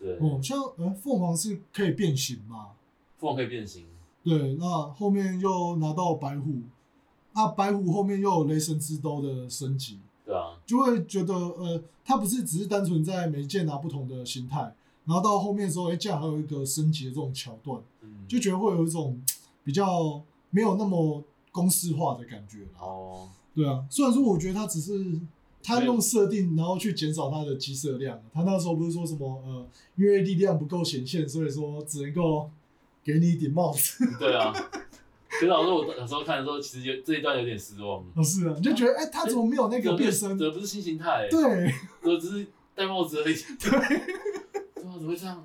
Speaker 3: 对，
Speaker 2: 哦、像呃凤凰是可以变形嘛，
Speaker 3: 凤凰可以变形，
Speaker 2: 对，那后面又拿到白虎，那白虎后面又有雷神之兜的升级，
Speaker 3: 对啊，
Speaker 2: 就会觉得呃，它不是只是单纯在每一件拿不同的形态，然后到后面的时候，哎、这样还有一个升级的这种桥段，
Speaker 3: 嗯，
Speaker 2: 就觉得会有一种嘖比较没有那么公式化的感觉啦。
Speaker 3: 哦，
Speaker 2: 对啊，虽然说我觉得它只是。它
Speaker 3: 没有
Speaker 2: 用设定，然后去减少它的机射量。它那时候不是说什么呃，因为力量不够显现，所以说只能够给你一顶帽子。
Speaker 3: 对啊。可是老师，我有时候看的时候，其实有这一段有点失望。
Speaker 2: 哦，是啊，你就觉得哎、他怎么没有那
Speaker 3: 那
Speaker 2: 个变身？
Speaker 3: 这不是新形态、欸，
Speaker 2: 对，
Speaker 3: 这只是戴 帽子而已。对，对啊，怎么会这样？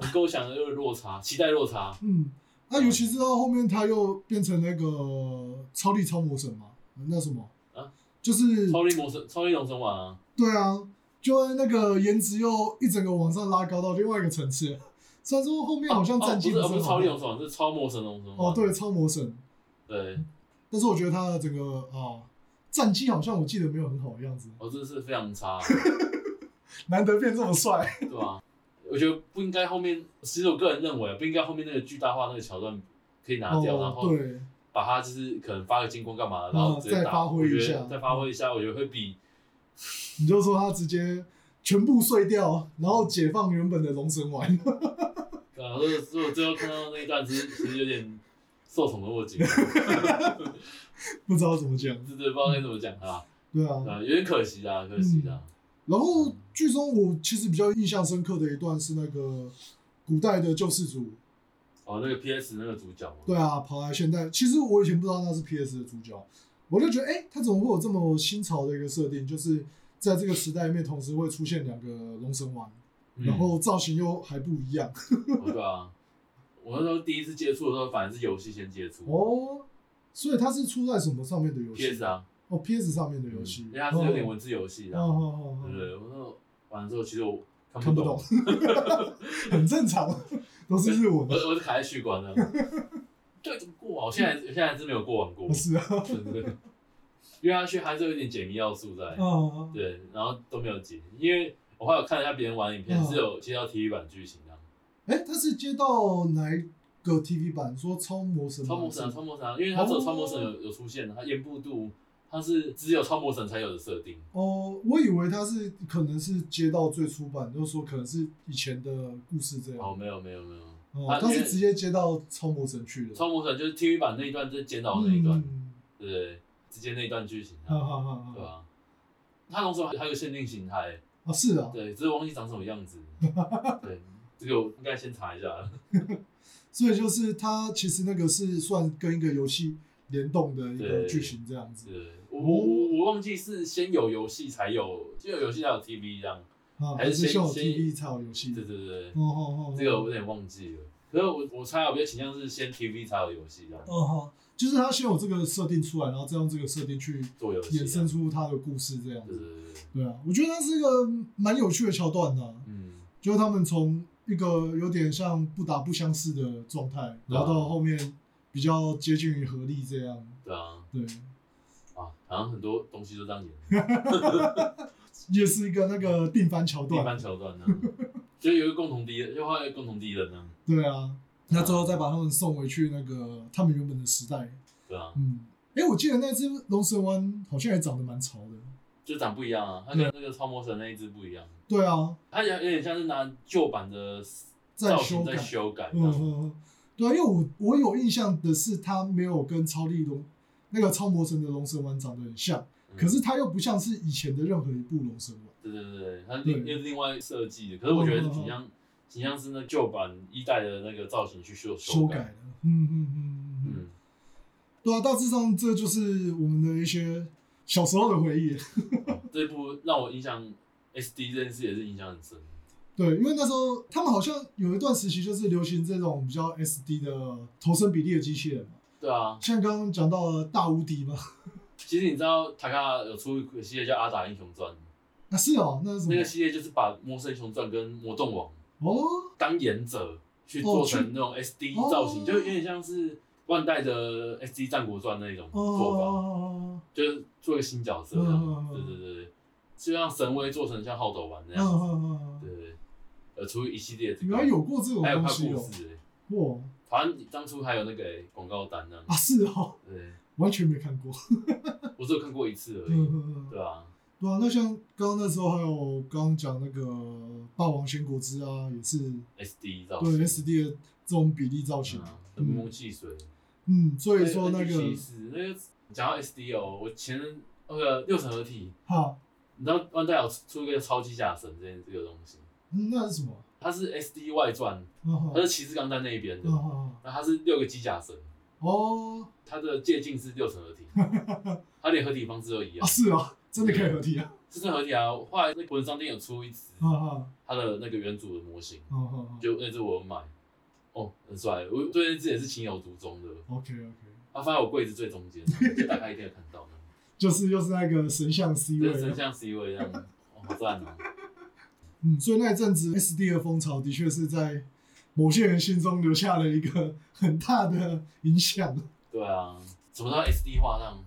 Speaker 3: 你跟我想的有点落差，期待落差。
Speaker 2: 嗯，那、尤其是到后面他又变成那个超力超魔神嘛，那什么
Speaker 3: 啊，
Speaker 2: 就是
Speaker 3: 超力魔神，超力龙神丸啊，
Speaker 2: 对啊，就那个颜值又一整个往上拉高到另外一个层次。虽然说后面好像战绩
Speaker 3: 哦不是，
Speaker 2: 是
Speaker 3: 不
Speaker 2: 很
Speaker 3: 是
Speaker 2: 好
Speaker 3: 超力龙神丸，是超魔神龙神丸。
Speaker 2: 哦，对，超魔神，
Speaker 3: 对，
Speaker 2: 但是我觉得他的整个啊战绩好像我记得没有很好的样子，
Speaker 3: 我、哦、真的是非常差，
Speaker 2: 难得变这么帅。
Speaker 3: 对吧、我觉得不应该后面，其实我个人认为啊不应该后面那个巨大化那个桥段可以拿掉，然
Speaker 2: 哦，
Speaker 3: 后
Speaker 2: 对，嗯
Speaker 3: 把它就是可能发个金光干嘛，然后直接
Speaker 2: 再
Speaker 3: 打，
Speaker 2: 发挥一
Speaker 3: 我觉得
Speaker 2: 下
Speaker 3: 再发挥一下，我觉得会比
Speaker 2: 你就说他直接全部碎掉，然后解放原本的龙神丸。
Speaker 3: 对啊，如果如果最后看到那一段，其实其实有点受宠 若惊，
Speaker 2: 不知道怎么讲。
Speaker 3: 对对，不知道该怎么讲啊，
Speaker 2: 对
Speaker 3: 对
Speaker 2: 啊，
Speaker 3: 啊，有点可惜啊，可惜啊，
Speaker 2: 然后剧中我其实比较印象深刻的一段是那个古代的救世主，
Speaker 3: 哦，那个 PS 那个主角嘛，
Speaker 2: 对啊，跑来现代。其实我以前不知道他是 PS 的主角，我就觉得哎、诶他怎么会有这么新潮的一个设定？就是在这个时代里面，同时会出现两个龙神丸，
Speaker 3: 嗯
Speaker 2: 然后造型又还不一样。
Speaker 3: 哦对啊，我那时候第一次接触的时候，反而是游戏先接触
Speaker 2: 哦，所以它是出在什么上面的游戏
Speaker 3: PS 啊，嗯
Speaker 2: 哦，PS 上面的游戏，
Speaker 3: 因为它是有点文字游戏的
Speaker 2: 哦，
Speaker 3: 啊，
Speaker 2: 哦
Speaker 3: 对不
Speaker 2: 哦
Speaker 3: 对？我那时候玩的时候，其实我看
Speaker 2: 看不
Speaker 3: 不 懂
Speaker 2: 懂，很正常，都是日文
Speaker 3: 我。我是卡在血 管的，对，怎么过啊？我现在现在是没有过完 过
Speaker 2: 不，是啊，
Speaker 3: 真的因为它血还是有一点解密要素在，
Speaker 2: 啊，
Speaker 3: 对，然后都没有解，因为我还有看了一下别人玩影片，
Speaker 2: 嗯
Speaker 3: 是有接到体育版剧情的，
Speaker 2: 哎，他是接到哪一个 TV 版说超魔神？
Speaker 3: 超魔神啊，超魔神啊，因为它只
Speaker 2: 哦
Speaker 3: 有超魔神有有出现，它盐步度它是只有超魔神才有的设定，
Speaker 2: 哦，我以为他是可能是接到最初版，就是说可能是以前的故事这样。
Speaker 3: 哦，没有没有没有，
Speaker 2: 哦
Speaker 3: 啊，
Speaker 2: 他
Speaker 3: 因
Speaker 2: 是
Speaker 3: 为
Speaker 2: 直接接到超魔神去的。
Speaker 3: 超魔神就是 TV 版那一段，就是剪岛那一段，
Speaker 2: 嗯，哦
Speaker 3: 对不对？直接那一段剧情
Speaker 2: 哈
Speaker 3: 啊，
Speaker 2: 哈哈
Speaker 3: 对
Speaker 2: 哈。
Speaker 3: 吧？它同时还有限定形态，
Speaker 2: 啊，是啊，
Speaker 3: 对，只是忘记长什么 样子。对，这个我应该先查一下。
Speaker 2: 所以就是它其实那个是算跟一个游戏联动的一个
Speaker 3: 对
Speaker 2: 剧情这样子。
Speaker 3: 对，我
Speaker 2: 哦
Speaker 3: 我我我忘记是先有游戏才有，先有游戏才有 TV 这样。
Speaker 2: 啊，
Speaker 3: 还是
Speaker 2: 是
Speaker 3: 先
Speaker 2: 先有
Speaker 3: 先
Speaker 2: TV 才有游戏。
Speaker 3: 对对对，
Speaker 2: 哦哦哦，
Speaker 3: 这个我有点忘记了。可是我我猜我比较倾向是先 TV 才有游戏这样
Speaker 2: 哦哈，就是他先有这个设定出来，然后再用这个设定去
Speaker 3: 做游戏
Speaker 2: 衍
Speaker 3: 这
Speaker 2: 生
Speaker 3: 样。
Speaker 2: 出他的故事这样
Speaker 3: 对
Speaker 2: 子。
Speaker 3: 对对对，
Speaker 2: 对啊，我觉得它是一个蛮有趣的桥段的啊、
Speaker 3: 嗯，
Speaker 2: 就是他们从一个有点像不打不相识的状态，
Speaker 3: 对啊
Speaker 2: 然后到后面比较接近于合力这样。
Speaker 3: 对啊，
Speaker 2: 对，
Speaker 3: 啊，好像很多东西都这样 演，
Speaker 2: 也是一个那个定番桥
Speaker 3: 一般
Speaker 2: 段。
Speaker 3: 桥段呢，啊就有一个共同敌人，就画一个共同敌人呢，
Speaker 2: 对啊，那最后再把他们送回去那个他们原本的时代。
Speaker 3: 对啊，
Speaker 2: 嗯，哎、我记得那只龙蛇湾好像也长得蛮潮的。
Speaker 3: 就长不一样啊，它跟那个超魔神那一只不一样。
Speaker 2: 对啊，
Speaker 3: 它有有点像是拿旧版的造型在修改，
Speaker 2: 嗯嗯，嗯，对啊，因为我我有印象的是，他没有跟超力龙那个超魔神的龙神丸长得很像，
Speaker 3: 嗯
Speaker 2: 可是他又不像是以前的任何一部龙神丸。
Speaker 3: 对对对，它
Speaker 2: 对嗯
Speaker 3: 另又是另外设计的，可是我觉得是挺像，挺像是那旧版一代的那个造型去修
Speaker 2: 修改
Speaker 3: 改，
Speaker 2: 了，嗯嗯嗯嗯嗯，
Speaker 3: 嗯，
Speaker 2: 对啊，大致上这就是我们的一些小时候的回忆。
Speaker 3: 这部让我印象 S D 这件事也是印象很深，
Speaker 2: 对，因为那时候他们好像有一段时期就是流行这种比较 SD 的投身比例的机器人嘛，
Speaker 3: 对啊，
Speaker 2: 像刚刚讲到的大无敌嘛，
Speaker 3: 其实你知道塔卡有出一个系列叫《阿达英雄传》，
Speaker 2: 啊是哦，那是什么
Speaker 3: 那？个系列就是把《魔神英雄传》跟《魔动王》
Speaker 2: 哦，
Speaker 3: 当演者去做
Speaker 2: 哦
Speaker 3: 成
Speaker 2: 去
Speaker 3: 那种 S D
Speaker 2: 哦
Speaker 3: 造型，就有点像是万代的 S D 战国传那种
Speaker 2: 哦
Speaker 3: 做法。
Speaker 2: 哦
Speaker 3: 就是做一个新角色这
Speaker 2: 嗯
Speaker 3: 样，
Speaker 2: 嗯
Speaker 3: 对
Speaker 2: 嗯
Speaker 3: 对对，对就像神威做成像浩斗丸那
Speaker 2: 哦
Speaker 3: 样子，
Speaker 2: 哦，
Speaker 3: 对对对，呃，出一系列这
Speaker 2: 原
Speaker 3: 个，
Speaker 2: 来有过这种
Speaker 3: 还有
Speaker 2: 东
Speaker 3: 拍
Speaker 2: 西
Speaker 3: 故
Speaker 2: 哦，
Speaker 3: 事欸，
Speaker 2: 哇
Speaker 3: 好像当初还有那个欸广告单呢，
Speaker 2: 啊是哦，
Speaker 3: 对，
Speaker 2: 完全没看过。
Speaker 3: 我只有看过一次而
Speaker 2: 嗯
Speaker 3: 已，
Speaker 2: 嗯嗯，
Speaker 3: 对啊，
Speaker 2: 对啊，那像刚刚那时候还有刚刚讲那个《霸王仙果之》啊，也是
Speaker 3: S D 造型，
Speaker 2: 对 SD 的这种比例造型，
Speaker 3: 啊，
Speaker 2: 嗯
Speaker 3: 柠檬汽水，
Speaker 2: 嗯，所以说那
Speaker 3: 其
Speaker 2: 个
Speaker 3: 实那个讲到 S D 哦，我前那个六神合体，
Speaker 2: 哈，
Speaker 3: 你知道万代有出一个超级假神这件这个东西，
Speaker 2: 嗯那是什么？
Speaker 3: 它是 S D 外传，
Speaker 2: 啊哈
Speaker 3: 它是骑士钢弹那一边的
Speaker 2: 啊，哈，
Speaker 3: 那它是六个机甲神。
Speaker 2: 哦
Speaker 3: 它的界径是六层 合体，它连合体方式都一
Speaker 2: 啊
Speaker 3: 样，
Speaker 2: 是啊，真的可以合体啊，
Speaker 3: 四层合体啊。后来那文商店有出一只
Speaker 2: 啊哈
Speaker 3: 它的那个原主的模型，
Speaker 2: 啊哈
Speaker 3: 就那只我有买，哦，很帅，我对那只也是情有独钟的。
Speaker 2: ，OK OK，
Speaker 3: 它啊放在我柜子最中间，就打开一定有看到的，
Speaker 2: 就是又是那个神像 C
Speaker 3: 对，真
Speaker 2: 位，啊
Speaker 3: 像 C 位一样，哦好赞哦！
Speaker 2: 嗯，所以那一阵子 SD 的风潮的确是在某些人心中留下了一个很大的影响。
Speaker 3: 对啊，什么到 SD 画上，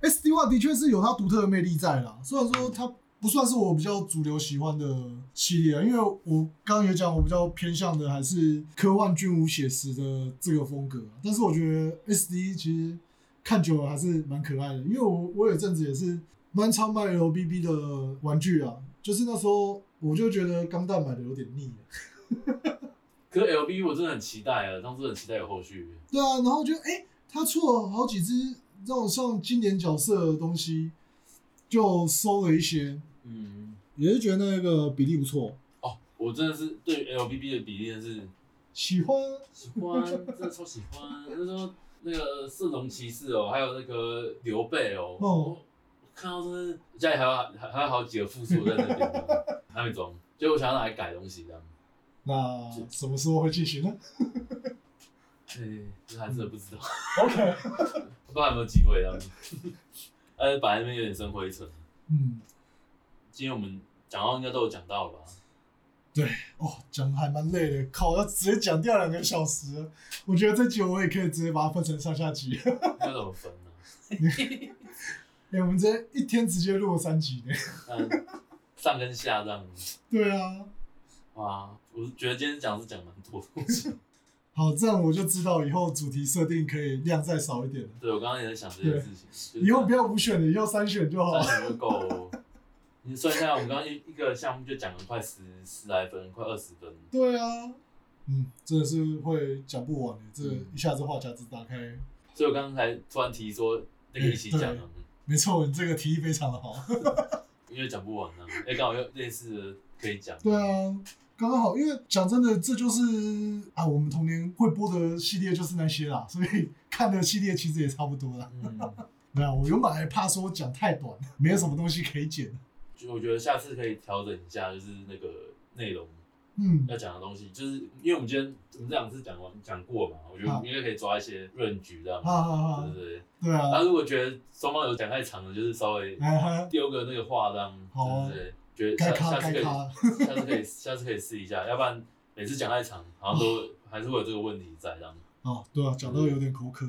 Speaker 2: SD One 的确是有它独特的魅力在啦，虽然说它不算是我比较主流喜欢的系列啊，因为我刚刚有讲，我比较偏向的还是科幻军武写实的这个风格啊，但是我觉得 SD 其实看久了还是蛮可爱的，因为我我有一阵子也是蛮常买 LBB 的玩具啊，就是那时候我就觉得钢弹买的有点腻了。
Speaker 3: 可是 L B 我真的很期待啊，当时很期待有后续。
Speaker 2: 对啊，然后就哎、诶他出了好几只这种像经典角色的东西，就收了一些，
Speaker 3: 嗯，
Speaker 2: 也是觉得那个比例不错，
Speaker 3: 哦，我真的是对 L B B 的比例真的是
Speaker 2: 喜欢
Speaker 3: 喜欢，真的超喜欢。那时候那个圣龙骑士哦，还有那个刘备哦，
Speaker 2: 哦
Speaker 3: 我看到真是家里还有还还有好几个附属在那边，还没装，所以我想要拿来改东西这样。
Speaker 2: 那什么时候会进行呢
Speaker 3: 对，这哎还真的不知道，
Speaker 2: 嗯？OK，
Speaker 3: 不知道有没有机会这样子。 呃，本来那边有点生灰尘，啊
Speaker 2: 嗯，
Speaker 3: 今天我们讲到应该都有讲到了吧？
Speaker 2: 哦，讲还蛮累的，靠，要直接讲掉两个小时了，我觉得这集我也可以直接把它分成上下集， 哎、
Speaker 3: 要怎么分啊呢、
Speaker 2: 我们直接一天直接录了三集呢。
Speaker 3: 嗯，上跟下这样子。
Speaker 2: 对啊，
Speaker 3: 哇，我觉得今天讲是讲蛮多东西。
Speaker 2: 好，这样我就知道以后主题设定可以量再少一点了，
Speaker 3: 对，我刚刚也在想这件事情。就是
Speaker 2: 以后不要五选了，以后三选就好 了。
Speaker 3: 三十够哦。你算一下，我们刚刚一一个项目就讲了快十十来分，快二十分。
Speaker 2: 对啊，嗯，真的是会讲不完的，这
Speaker 3: 嗯
Speaker 2: 一下子话匣子打开，
Speaker 3: 所以我刚才突然提说那个一起
Speaker 2: 嗯
Speaker 3: 讲啊，
Speaker 2: 没错，你这个提议非常的好。
Speaker 3: 因为讲不完啊。哎、刚好又类似的可以讲。
Speaker 2: 对，啊，刚刚好，因为讲真的，这就是啊，我们童年会播的系列就是那些啦，所以看的系列其实也差不多啦。
Speaker 3: 嗯，
Speaker 2: 对啊，我原本还怕说讲太短，没有什么东西可以剪。
Speaker 3: 就我觉得下次可以调整一下，就是那个内容
Speaker 2: 嗯，
Speaker 3: 要讲的东西，就是因为我们今天我们这两次讲完讲过嘛，我觉得我们应该可以抓一些润局这样。
Speaker 2: 哈哈
Speaker 3: 对
Speaker 2: 哈，
Speaker 3: 不对？
Speaker 2: 对
Speaker 3: 然
Speaker 2: 啊，
Speaker 3: 后如果觉得双方有讲太长了，就是稍微
Speaker 2: 哎哈，
Speaker 3: 丢个那个话这样，
Speaker 2: 好啊
Speaker 3: 对不对？觉得
Speaker 2: 该
Speaker 3: 下
Speaker 2: 卡
Speaker 3: 下次
Speaker 2: 该
Speaker 3: 可以
Speaker 2: 卡，
Speaker 3: 下次可以，下次可以试一下，要不然每次讲太长，好像都 还是会有这个问题在这样。
Speaker 2: 哦，对啊，讲到有点口渴。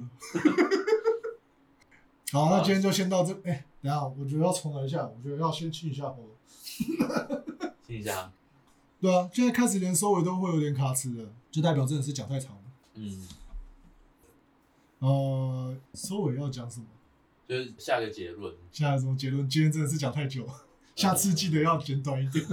Speaker 2: 好，那今天就先到这。哎、等一下，我觉得要重来一下，我觉得要先清一下喉咙。
Speaker 3: 听一下，
Speaker 2: 对啊，现在开始连收尾都会有点卡词了，就代表真的是讲太长了。
Speaker 3: 嗯，
Speaker 2: 呃，收尾要讲什么？
Speaker 3: 就是下个结论，
Speaker 2: 现在什么结论？今天真的是讲太 久，下次记得要简短一点。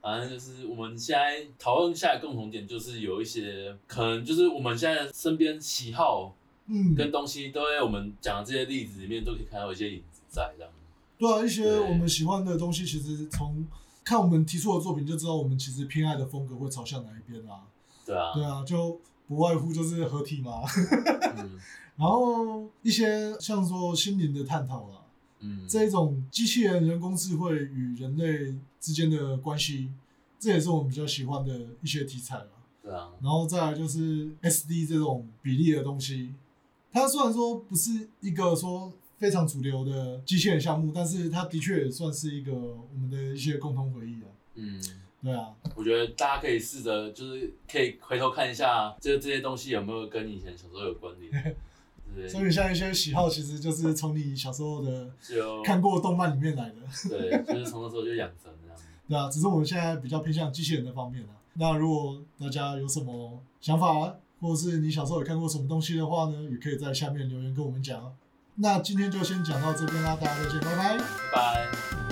Speaker 3: 反正就是我们现在讨论下来共同点就是有一些可能就是我们现在身边喜好
Speaker 2: 嗯，
Speaker 3: 跟东西都在我们讲的这些例子里面都可以看到一些影子在这样。
Speaker 2: 对啊，一些
Speaker 3: 对
Speaker 2: 我们喜欢的东西，其实从看我们提出的作品就知道，我们其实偏爱的风格会朝向哪一边啦、
Speaker 3: 对啊，
Speaker 2: 对啊，就不外乎就是合体嘛，啊
Speaker 3: 嗯
Speaker 2: 然后一些像说心灵的探讨啦，
Speaker 3: 嗯，
Speaker 2: 这一种机器人、人工智慧与人类之间的关系，这也是我们比较喜欢的一些题材啦。
Speaker 3: 对啊，
Speaker 2: 然后再来就是 SD 这种比例的东西，它虽然说不是一个说非常主流的机器人项目，但是它的确也算是一个我们的一些共同回忆啊。
Speaker 3: 嗯。
Speaker 2: 对啊，
Speaker 3: 我觉得大家可以试着，就是可以回头看一下，这这些东西有没有跟你以前小时候有关 联，对不对？
Speaker 2: 所以像一些喜好，其实就是从你小时候的
Speaker 3: 就
Speaker 2: 看过的动漫里面来的。
Speaker 3: 对，就是从那时候就养成这样。
Speaker 2: 对啊，只是我们现在比较偏向机器人那方面啊。那如果大家有什么想法，或者是你小时候有看过什么东西的话呢，也可以在下面留言跟我们讲啊。那今天就先讲到这边啦，大家再见，拜拜。
Speaker 3: 拜拜。